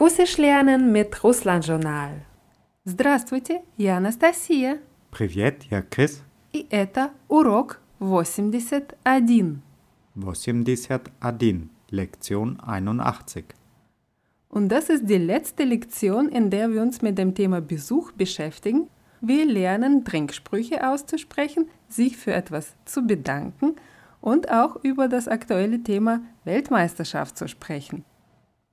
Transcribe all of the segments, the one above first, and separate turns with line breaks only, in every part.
Russisch lernen mit Russland Journal.
Здравствуйте, я Анастасия,
Привет, я Крис.
и это урок 81.
81, Lektion 81.
Und das ist die letzte Lektion, in der wir uns mit dem Thema Besuch beschäftigen. Wir lernen Trinksprüche auszusprechen, sich für etwas zu bedanken und auch über das aktuelle Thema Weltmeisterschaft zu sprechen.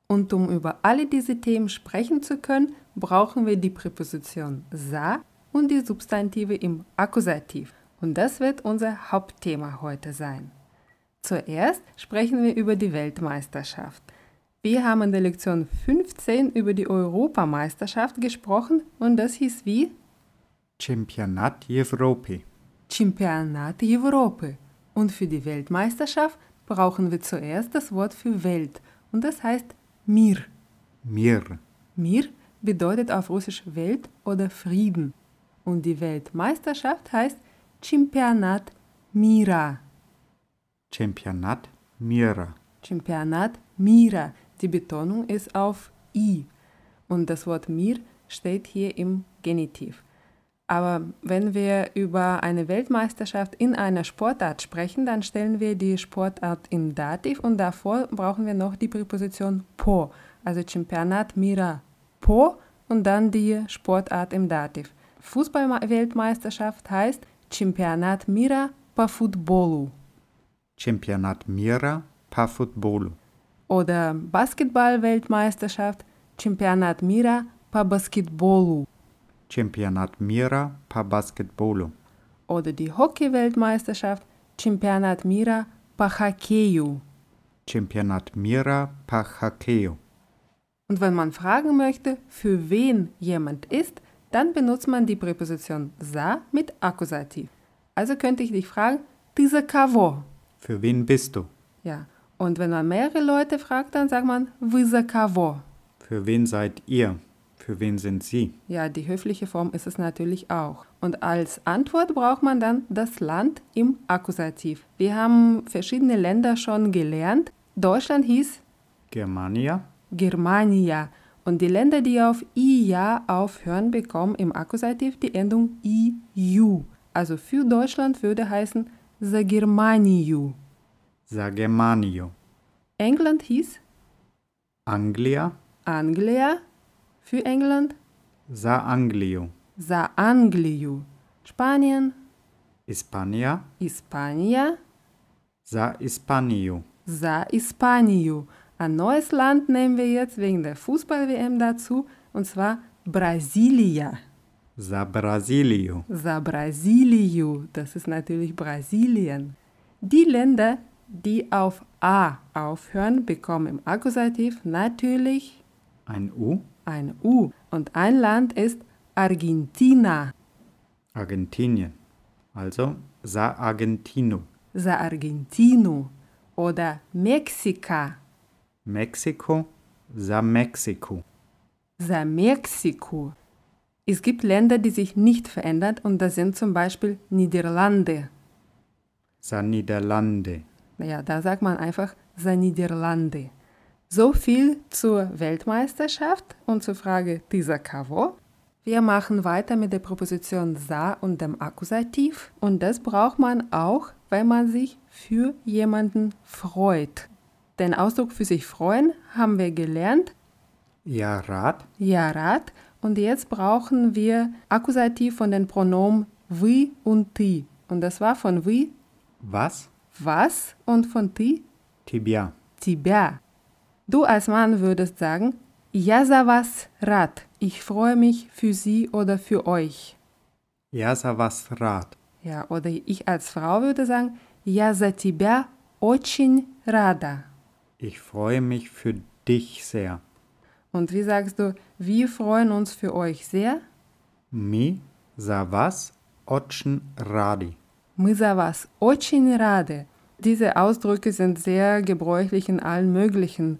Und um über alle diese Themen sprechen zu können, brauchen wir die Präposition sa und die Substantive im Akkusativ. Und das wird unser Hauptthema heute sein. Zuerst sprechen wir über die Weltmeisterschaft. Wir haben in der Lektion 15 über die Europameisterschaft gesprochen und das hieß wie
Championat Europy.
Чемпионат Европы. Und für die Weltmeisterschaft brauchen wir zuerst das Wort für Welt und das heißt Mir.
Mir.
Mir bedeutet auf Russisch Welt oder Frieden. Und die Weltmeisterschaft heißt Чемпионат Мира.
Championat Mira.
Championat Mira. Die Betonung ist auf i. Und das Wort mir steht hier im Genitiv. Aber wenn wir über eine Weltmeisterschaft in einer Sportart sprechen, dann stellen wir die Sportart im Dativ und davor brauchen wir noch die Präposition po. Also Championat Mira po und dann die Sportart im Dativ. Fußball-Weltmeisterschaft heißt Championat Mira по футболу.
Championat Mira pa futbolu.
oder Basketball-Weltmeisterschaft, Championat Mira по баскетболу
Championat Mira pa basketbolu.
oder die Hockey-Weltmeisterschaft, Championat Mira по хоккею.
Championat Mira pa hakeo.
Und wenn man fragen möchte, für wen jemand ist, dann benutzt man die Präposition за mit Akkusativ. Also könnte ich dich fragen, ты за кого?
Für wen bist du?
Ja. Und wenn man mehrere Leute fragt, dann sagt man вы за кого?
Für wen seid ihr? Für wen sind sie?
Ja, die höfliche Form ist es natürlich auch. Und als Antwort braucht man dann das Land im Akkusativ. Wir haben verschiedene Länder schon gelernt. Deutschland hieß
Germania?
Germania. Und die Länder, die auf IA aufhören, bekommen im Akkusativ die Endung IU. Also für Deutschland würde heißen The Germaniu.
Sa Germanio.
England hieß
Anglia?
Anglia. Für England
Sa Anglio.
The Angliu. Spanien,
Hispania?
Hispania.
Sa Hispanio.
за Испанию. Ein neues Land nehmen wir jetzt wegen der Fußball-WM dazu, und zwar Brasilia.
Sa Brasilio.
За Brasilio, das ist natürlich Brasilien. Die Länder, die auf A aufhören, bekommen im Akkusativ natürlich
Ein U?
ein U. Und ein Land ist Argentina.
Argentinien. Also Sa Argentino.
За Argentino oder Mexika.
Mexiko, Sa Mexiko.
The Mexiko. Es gibt Länder, die sich nicht verändern und das sind zum Beispiel Niederlande.
Sa Niederlande.
Naja, da sagt man einfach The Niederlande. So viel zur Weltmeisterschaft und zur Frage dieser Kavo. Wir machen weiter mit der Präposition sa und dem Akkusativ und das braucht man auch, wenn man sich für jemanden freut. Den Ausdruck für sich freuen haben wir gelernt
Ja, Rat,
Jarat. Und jetzt brauchen wir Akkusativ von den Pronomen wie und ti. Und das war von wie
was?
was und von ti
Tibia.
тебя. Du als Mann würdest sagen, я за вас рад. Ich freue mich für sie oder für euch.
Ja, sa was Rat.
Ja, oder ich als Frau würde sagen, я за тебя очень рада.
Ich freue mich für dich sehr.
Und wie sagst du, wir freuen uns für euch sehr?
Mi, sa was, Otschen Radi.
Мы за вас очень рады. Diese Ausdrücke sind sehr gebräuchlich in allen möglichen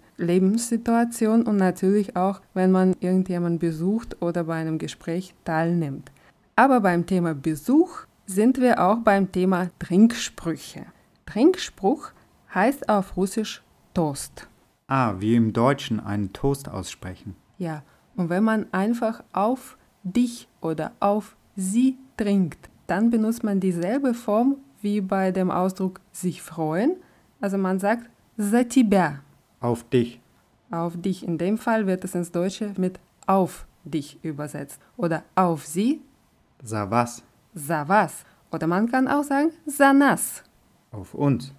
Lebenssituationen und natürlich auch, wenn man irgendjemanden besucht oder bei einem Gespräch teilnimmt. Aber beim Thema Besuch sind wir auch beim Thema Trinksprüche. Trinkspruch heißt auf Russisch Toast.
Ah, wie im Deutschen einen Toast aussprechen.
Ja, und wenn man einfach auf dich oder auf sie trinkt, dann benutzt man dieselbe Form wie bei dem Ausdruck sich freuen. Also man sagt за тебя
Auf dich.
auf dich. In dem Fall wird es ins Deutsche mit auf dich übersetzt oder auf sie
Za was?
за вас. Oder man kann auch sagen за нас.
Auf uns.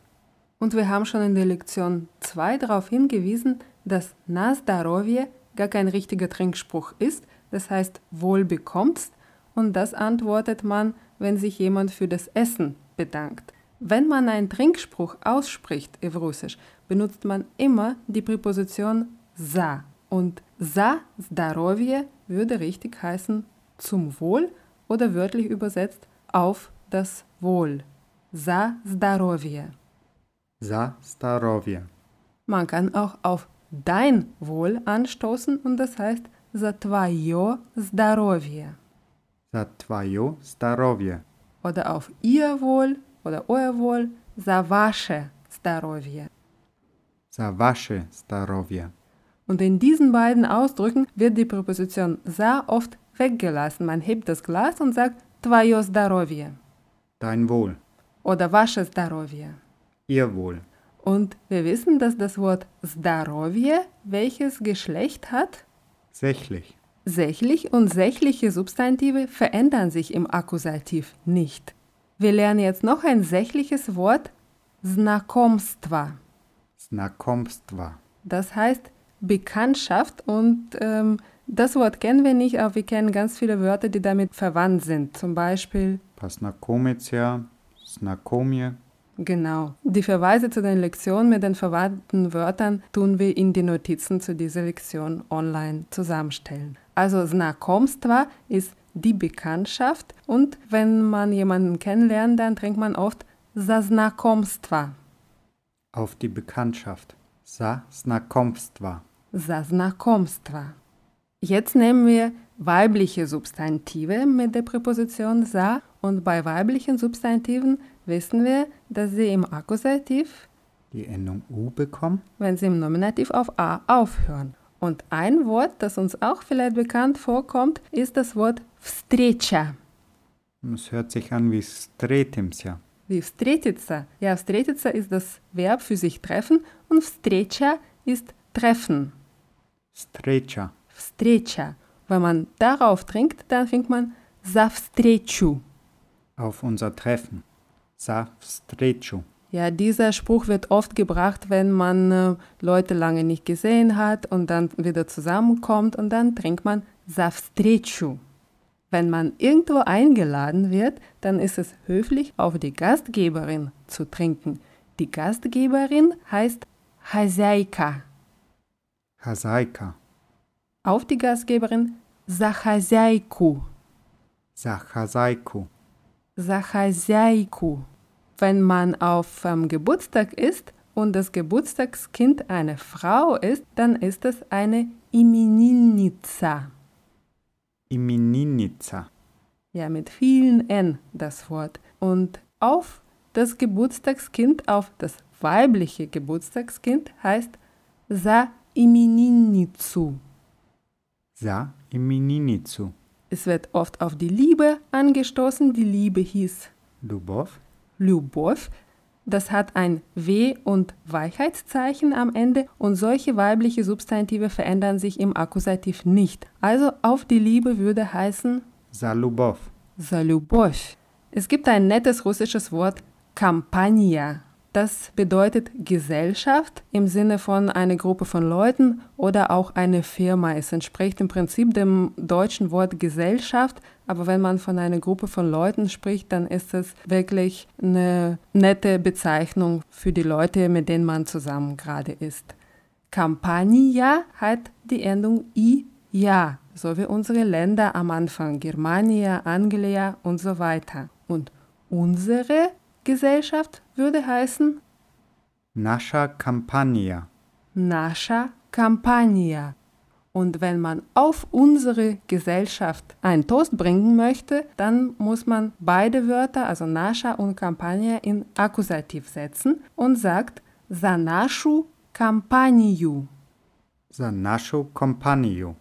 Und wir haben schon in der Lektion 2 darauf hingewiesen, dass na здоровье gar kein richtiger Trinkspruch ist, das heißt wohl bekommst und das antwortet man, wenn sich jemand für das Essen bedankt. Wenn man einen Trinkspruch ausspricht auf Russisch, benutzt man immer die Präposition за und за здоровье würde richtig heißen zum Wohl oder wörtlich übersetzt auf das Wohl. За здоровье.
Za starovia.
Man kann auch auf dein Wohl anstoßen und das heißt за твое здоровье
Za twoje starovia.
oder auf ihr Wohl oder euer Wohl за ваше здоровье.
Za wasze starovia.
Und in diesen beiden Ausdrücken wird die Präposition за oft weggelassen. Man hebt das Glas und sagt твое здоровье
Dein Wohl.
oder ваше здоровье.
Ihr Wohl.
Und wir wissen, dass das Wort здоровье welches Geschlecht hat?
Sächlich.
Sächlich und sächliche Substantive verändern sich im Akkusativ nicht. Wir lernen jetzt noch ein sächliches Wort Znakomstva.
Znakomstwa.
Das heißt Bekanntschaft und ähm, das Wort kennen wir nicht, aber wir kennen ganz viele Wörter, die damit verwandt sind. Zum Beispiel
Pasnakomitia. Snakomie.
Genau. Die Verweise zu den Lektionen mit den verwandten Wörtern tun wir in die Notizen zu dieser Lektion online zusammenstellen. Also Znakomstva ist die Bekanntschaft und wenn man jemanden kennenlernt, dann trinkt man oft za znakomstva.
Auf die Bekanntschaft. Za znakomstwa.
За знакомство. Jetzt nehmen wir weibliche Substantive mit der Präposition sa und bei weiblichen Substantiven wissen wir, dass sie im Akkusativ
Die Endung U bekommen.
wenn sie im Nominativ auf a aufhören. Und ein Wort, das uns auch vielleicht bekannt vorkommt, ist das Wort встреча.
Es hört sich an wie Stretimsja.
Wie встретиться? Ja, встретиться ist das Verb für sich treffen und встреча ist treffen.
Strecha.
Встреча. Wenn man darauf trinkt, dann fängt man за встречу.
Auf unser Treffen. Za vstrechu.
Ja, dieser Spruch wird oft gebracht, wenn man äh, Leute lange nicht gesehen hat und dann wieder zusammenkommt und dann trinkt man Savstrechu. Wenn man irgendwo eingeladen wird, dann ist es höflich, auf die Gastgeberin zu trinken. Die Gastgeberin heißt Hazaika.
Hazaika.
Auf die Gastgeberin Zahazaiku.
Za hazaiku.
Zachazaiku. Wenn man auf ähm, Geburtstag ist und das Geburtstagskind eine Frau ist, dann ist es eine Imeninitsa.
Imininica.
Ja, mit vielen N das Wort. Und auf das Geburtstagskind, auf das weibliche Geburtstagskind heißt Sa Imeninitsu.
Za imininicu.
Es wird oft auf die Liebe angestoßen. Die Liebe hieß
Lubov.
Любовь. Das hat ein W- und Weichheitszeichen am Ende und solche weibliche Substantive verändern sich im Akkusativ nicht. Also auf die Liebe würde heißen
Za Lubov.
за любовь. Es gibt ein nettes russisches Wort Kampania. Das bedeutet Gesellschaft im Sinne von eine Gruppe von Leuten oder auch eine Firma. Es entspricht im Prinzip dem deutschen Wort Gesellschaft, aber wenn man von einer Gruppe von Leuten spricht, dann ist es wirklich eine nette Bezeichnung für die Leute, mit denen man zusammen gerade ist. Kampania hat die Endung i ja, so wie unsere Länder am Anfang, Germania, Anglia und so weiter. Und unsere Gesellschaft würde heißen
Nascha Kampania.
Nascha Campania. Und wenn man auf unsere Gesellschaft einen Toast bringen möchte, dann muss man beide Wörter, also Nascha und Campania, in Akkusativ setzen und sagt za našu Kampaniju.
Za naszą kompanię.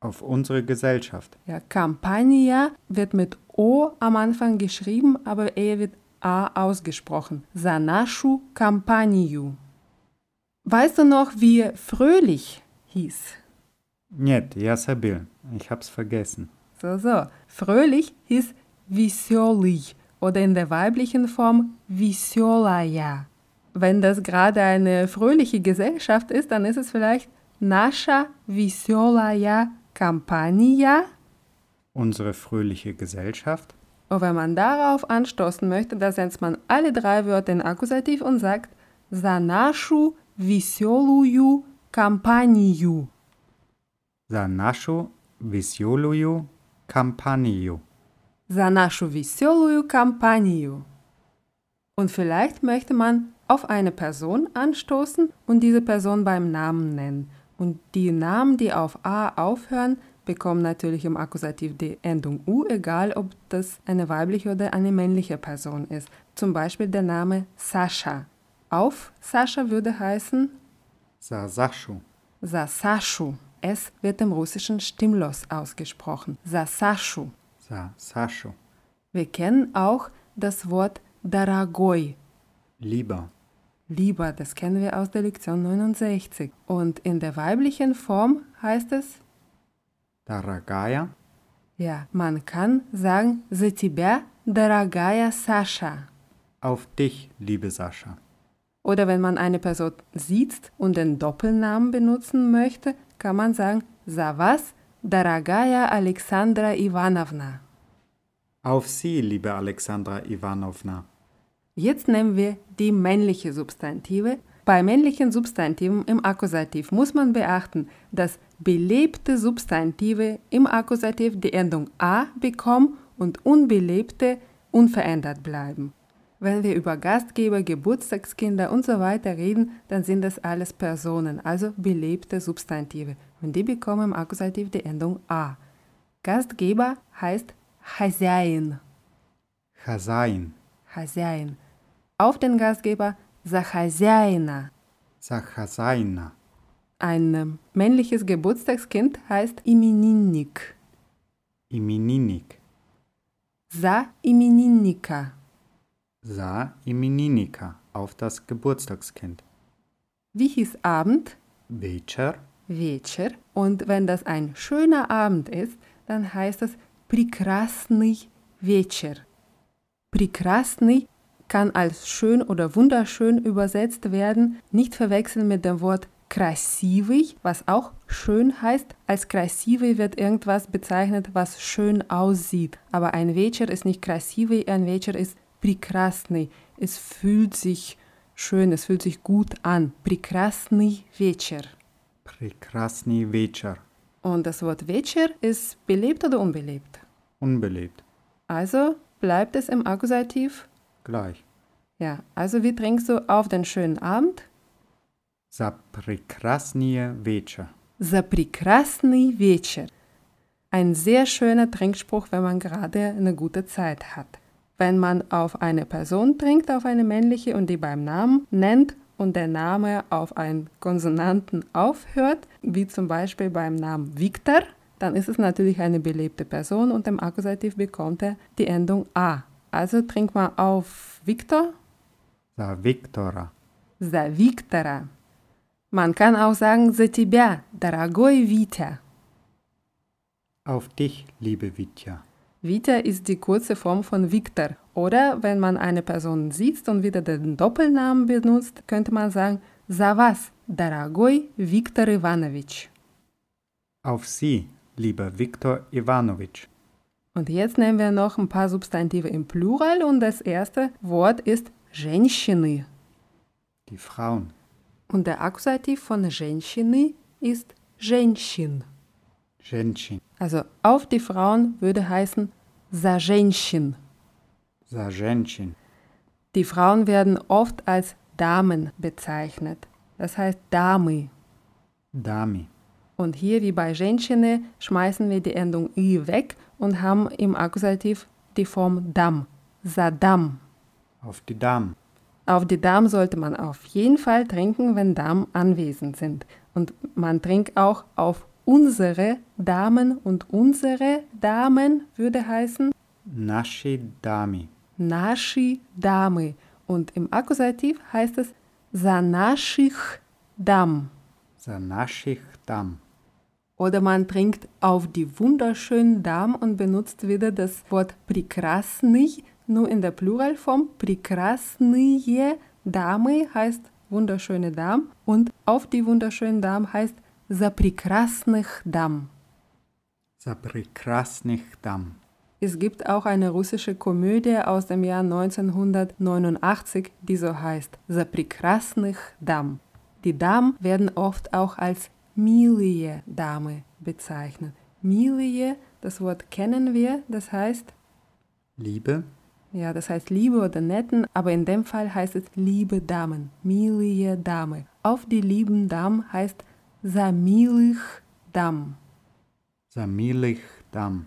Auf unsere Gesellschaft.
Ja, Kampania wird mit O am Anfang geschrieben, aber E wird A ausgesprochen. Sanashu Kampaniju. Weißt du noch, wie fröhlich hieß?
Nie, ja sabil. Ich hab's vergessen.
So, so. Fröhlich hieß Visioli oder in der weiblichen Form Visiolaya. Wenn das gerade eine fröhliche Gesellschaft ist, dann ist es vielleicht Nasha Visiolaya Kampania.
Unsere fröhliche Gesellschaft.
Und wenn man darauf anstoßen möchte, dann setzt man alle drei Wörter in Akkusativ und sagt Zanashu Visioluju Kampaniu.
Za naszą wisioluju kampanię.
за нашу веселую Kampagne. Und vielleicht möchte man auf eine Person anstoßen und diese Person beim Namen nennen. Und die Namen, die auf A aufhören, bekommen natürlich im Akkusativ die Endung U, egal ob das eine weibliche oder eine männliche Person ist. Zum Beispiel der Name Sascha. Auf Sascha würde heißen
Za Saschu.
Sasaschu. Es wird im Russischen stimmlos ausgesprochen. Sasaschu.
Za Saschu.
Wir kennen auch das Wort Daragoi,
Lieber.
lieber, das kennen wir aus der Lektion 69. Und in der weiblichen Form heißt es,
Daragaja.
ja, man kann sagen, за тебя, дорогая Саша.
Auf dich, liebe Sascha.
Oder wenn man eine Person sieht und den Doppelnamen benutzen möchte, kann man sagen, за вас, дорогая Александра Ивановна.
Auf sie, liebe Alexandra Ivanovna.
Jetzt nehmen wir die männliche Substantive. Bei männlichen Substantiven im Akkusativ muss man beachten, dass belebte Substantive im Akkusativ die Endung a bekommen und unbelebte unverändert bleiben. Wenn wir über Gastgeber, Geburtstagskinder und so weiter reden, dann sind das alles Personen, also belebte Substantive. Und die bekommen im Akkusativ die Endung a. Gastgeber heißt Хозяин.
Chazain.
Хозяин. Auf den Gastgeber за хозяина.
Za Chazaina.
Ein ähm, männliches Geburtstagskind heißt именинник.
Imininik.
За именинника.
Sa Imininika. Auf das Geburtstagskind.
Wie hieß Abend?
Вечер.
Вечер. Und wenn das ein schöner Abend ist, dann heißt es прекрасный вечер. Прекрасный kann als schön oder wunderschön übersetzt werden, nicht verwechseln mit dem Wort красивый, was auch schön heißt. Als красивый wird irgendwas bezeichnet, was schön aussieht. Aber ein Вечер ist nicht красивый, ein Вечер ist прекрасный. Es fühlt sich schön, es fühlt sich gut an. Прекрасный вечер.
Prekrasny Вечер.
Und das Wort Вечер ist belebt oder unbelebt.
Unbelebt.
Also bleibt es im Akkusativ.
Gleich.
Ja, also wie trinkst du auf den schönen Abend?
Za Prekrasnie Вечер.
За прекрасный вечер. Ein sehr schöner Trinkspruch, wenn man gerade eine gute Zeit hat. Wenn man auf eine Person trinkt, auf eine männliche und die beim Namen nennt und der Name auf einen Konsonanten aufhört, wie zum Beispiel beim Namen Viktor, dann ist es natürlich eine belebte Person und im Akkusativ bekommt er die Endung a. Also trinkt man auf Viktor
Za Viktora.
за Виктора. Man kann auch sagen за тебя, дорогой Витя.
Auf dich, liebe Vitya.
Vita ist die kurze Form von Victor. Oder wenn man eine Person sieht und wieder den Doppelnamen benutzt, könnte man sagen «За вас, дорогой Виктор Иванович».
Auf sie, lieber Viktor Ivanovich.
Und jetzt nehmen wir noch ein paar Substantive im Plural und das erste Wort ist «женщины».
Die Frauen.
Und der Akkusativ von «женщины» ist «женщин».
Женщин.
Also auf die Frauen würde heißen «за женщин».
За Женщин.
Die Frauen werden oft als Damen bezeichnet. Das heißt «дамы».
Dami.
Und hier wie bei Женщины schmeißen wir die Endung i weg und haben im Akkusativ die Form dam. Задам.
Auf die Damen.
Auf die Darm sollte man auf jeden Fall trinken, wenn Darm anwesend sind. Und man trinkt auch auf unsere Damen und unsere Damen würde heißen
Nashi Dami.
Nashi Dame. Und im Akkusativ heißt es Sanashich Dam.
Sanashich Dam.
Oder man trinkt auf die wunderschönen Dam und benutzt wieder das Wort прекрасный, nur in der Pluralform. Прекрасные дамы heißt wunderschöne Dam und auf die wunderschönen Dam heißt за прекрасных дам.
Saprikrasnich Dam.
Es gibt auch eine russische Komödie aus dem Jahr 1989, die so heißt «За прекрасных дам». Die Damen werden oft auch als «милые Dame» bezeichnet. «Милые», das Wort kennen wir, das heißt,
Liebe.
ja, das heißt Liebe oder Netten, aber in dem Fall heißt es «liebe Damen», «милые Dame». Auf die lieben Damen heißt «за милых Dam».
Samilich Dam.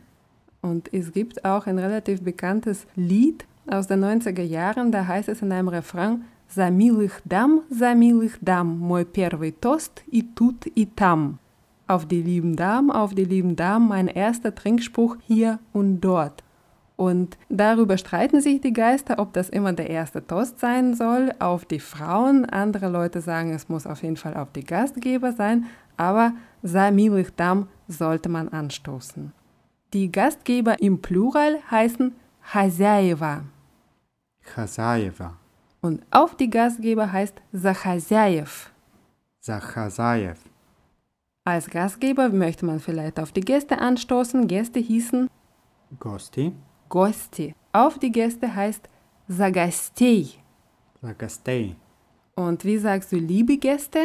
Und es gibt auch ein relativ bekanntes Lied aus den 90er Jahren, da heißt es in einem Refrain «За милых дам, за милых дам, мой первый тост и тут и там». Auf die lieben Damen, auf die lieben Damen, mein erster Trinkspruch hier und dort. Und darüber streiten sich die Geister, ob das immer der erste Toast sein soll, auf die Frauen. Andere Leute sagen, es muss auf jeden Fall auf die Gastgeber sein, aber «За милых дам» sollte man anstoßen. Die Gastgeber im Plural heißen Хозяева
Chasaeva.
und auf die Gastgeber heißt Захозяев.
Sachasaev.
Als Gastgeber möchte man vielleicht auf die Gäste anstoßen. Gäste hießen
Gosti.
Гости. Auf die Gäste heißt За гостей.
Sagastei.
Und wie sagst du liebe Gäste?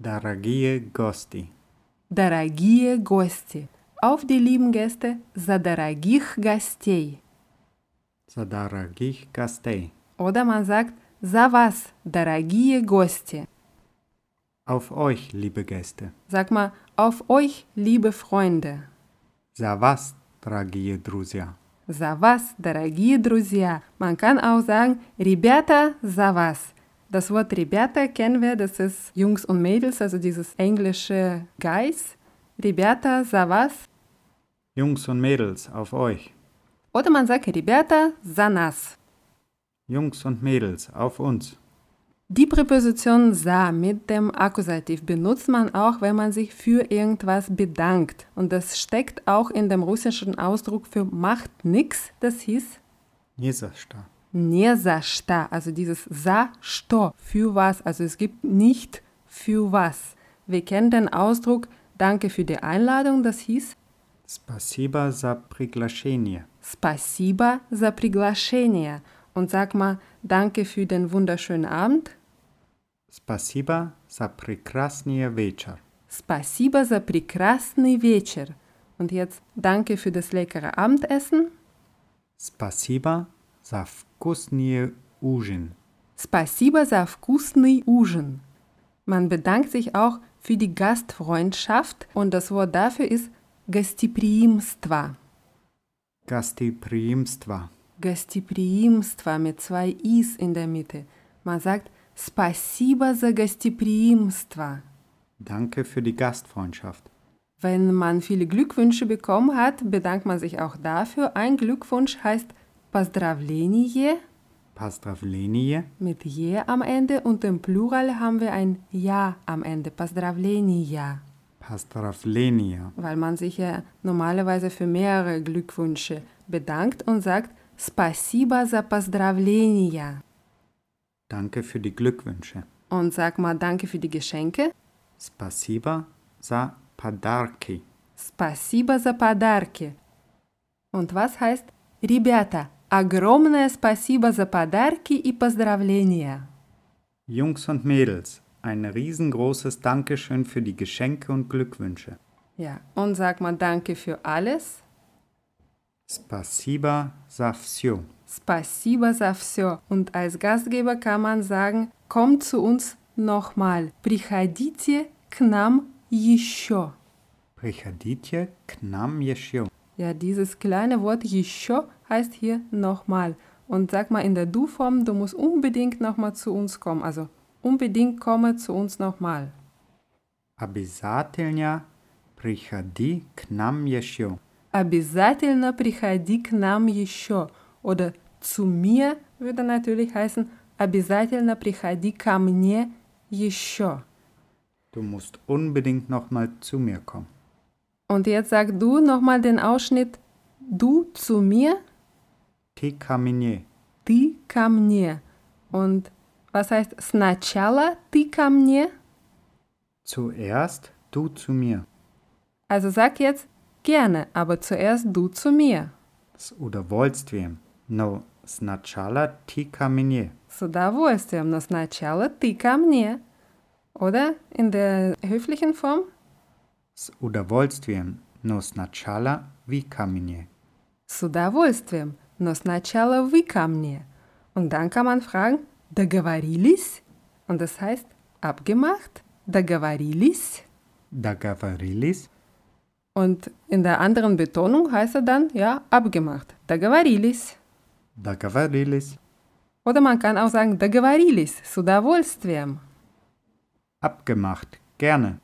Daragie Gosti.
Дорогие гости. Auf die lieben Gäste За дорогих гостей.
Sadaragich Gastei.
Oder man sagt За вас, дорогие гости.
Auf euch, liebe Gäste.
Sag mal auf euch, liebe Freunde.
За вас, дорогие друзья.
За вас, дорогие друзья. Man kann auch sagen, ребята, за вас. Das Wort ребята kennen wir, das ist Jungs und Mädels, also dieses englische Guys. Ребята, за вас.
Jungs und Mädels, auf euch.
Oder man sagt ребята, за нас.
Jungs und Mädels, auf uns.
Die Präposition sa mit dem Akkusativ benutzt man auch, wenn man sich für irgendwas bedankt. Und das steckt auch in dem russischen Ausdruck für macht nix, das hieß
Не за что.
Не за что, also dieses за что, für was, also es gibt nicht für was. Wir kennen den Ausdruck Danke für die Einladung, das hieß
Спасибо за приглашение.
Спасибо за приглашение. Und sag mal Danke für den wunderschönen Abend.
Спасибо за прекрасный вечер.
Спасибо за прекрасный вечер. Und jetzt Danke für das leckere Abendessen.
Спасибо за вкусный ужин.
Спасибо за вкусный ужин. Man bedankt sich auch für die Gastfreundschaft und das Wort dafür ist гостеприимство.
Гостеприимство.
Гостеприимство mit zwei Is in der Mitte. Man sagt Спасибо за гостеприимство.
Danke für die Gastfreundschaft.
Wenn man viele Glückwünsche bekommen hat, bedankt man sich auch dafür. Ein Glückwunsch heißt Поздравление
Поздравление.
mit je am Ende und im Plural haben wir ein Ja am Ende. Поздравления.
Поздравление.
weil man sich ja normalerweise für mehrere Glückwünsche bedankt und sagt Спасибо за поздравления.
Danke für die Glückwünsche.
Und sag mal Danke für die Geschenke.
Спасибо за подарки.
Спасибо за подарки. Und was heißt Ребята, огромное спасибо за подарки и поздравления.
Jungs und Mädels, ein riesengroßes Dankeschön für die Geschenke und Glückwünsche.
Ja, und sag mal Danke für alles.
Спасибо за все.
Спасибо за все. Und als Gastgeber kann man sagen, kommt zu uns nochmal. Приходите к нам еще.
Приходите к нам еще.
Ja, dieses kleine Wort еще heißt hier nochmal. Und sag mal in der Du-Form, du musst unbedingt nochmal zu uns kommen. Also unbedingt komme zu uns nochmal.
Обязательно приходи к нам еще.
Обязательно приходи к нам еще. Oder zu mir würde natürlich heißen, обязательно приходи ко мне еще.
Du musst unbedingt nochmal zu mir kommen.
Und jetzt sag du nochmal den Ausschnitt du zu mir,
Ты ко мне.
ты ко мне. Und was heißt сначала ты ко мне?
Zuerst du zu mir.
Also sag jetzt gerne, aber zuerst du zu mir.
С удовольствием. Но сначала ты ко мне.
С удовольствием, но сначала ты ко мне. Oder in der höflichen Form
С удовольствием. Но сначала вы ко мне.
С удовольствием, но сначала вы ко мне. Und dann kann man fragen, договорились? Und das heißt, abgemacht, договорились.
Договорились?
Und in der anderen Betonung heißt er dann, ja, abgemacht, договорились.
Договорились.
Oder man kann auch sagen, договорились, с удовольствием.
Abgemacht. Gerne.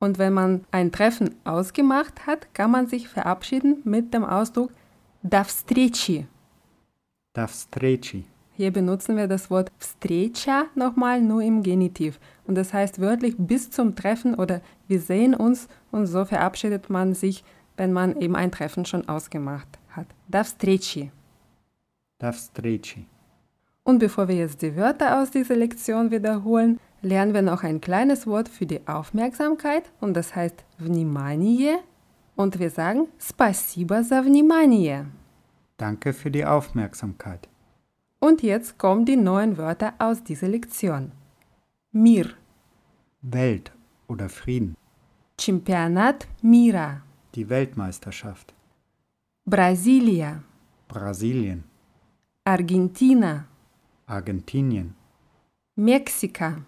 Und wenn man ein Treffen ausgemacht hat, kann man sich verabschieden mit dem Ausdruck до встречи.
До встречи.
Hier benutzen wir das Wort встреча nochmal nur im Genitiv. Und das heißt wörtlich bis zum Treffen oder wir sehen uns und so verabschiedet man sich, wenn man eben ein Treffen schon ausgemacht hat. До встречи.
До встречи.
Und bevor wir jetzt die Wörter aus dieser Lektion wiederholen, lernen wir noch ein kleines Wort für die Aufmerksamkeit und das heißt внимание. Und wir sagen спасибо за внимание.
Danke für die Aufmerksamkeit.
Und jetzt kommen die neuen Wörter aus dieser Lektion. Мир
Welt oder Frieden.
Чемпионат мира.
Die Weltmeisterschaft.
Бразилия.
Brasilien.
Аргентина.
Argentinien.
Мексика.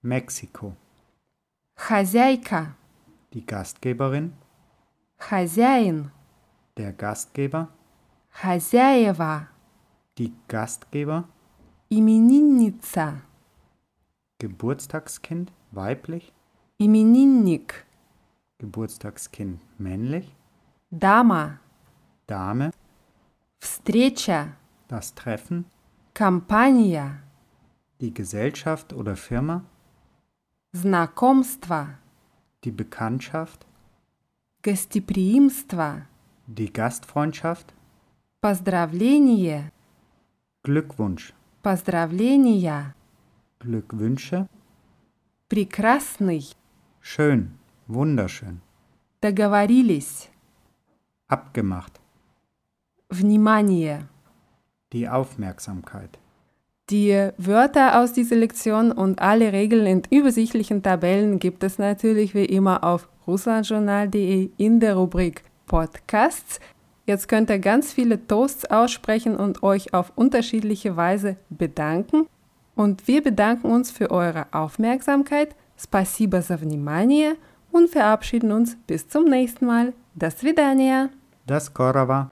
Mexiko.
Хозяйка.
Die Gastgeberin.
Хозяин.
Der Gastgeber.
Хозяева.
Die Gastgeber.
Именинница.
Geburtstagskind. Weiblich.
Именинник.
Geburtstagskind. Männlich.
Дама.
Dame.
Встреча.
Das Treffen.
Компания.
Die Gesellschaft oder Firma.
Знакомство.
Die Bekanntschaft.
Гостеприимство.
Die Gastfreundschaft.
Поздравление.
Glückwunsch.
Поздравления.
Glückwünsche.
Прекрасный.
Schön. Wunderschön.
Договорились.
Abgemacht.
Внимание.
Die Aufmerksamkeit.
Die Wörter aus dieser Lektion und alle Regeln in übersichtlichen Tabellen gibt es natürlich wie immer auf russlandjournal.de in der Rubrik Podcasts. Jetzt könnt ihr ganz viele Toasts aussprechen und euch auf unterschiedliche Weise bedanken. Und wir bedanken uns für eure Aufmerksamkeit. Спасибо за внимание und verabschieden uns bis zum nächsten Mal. До свидания!
Das Korava.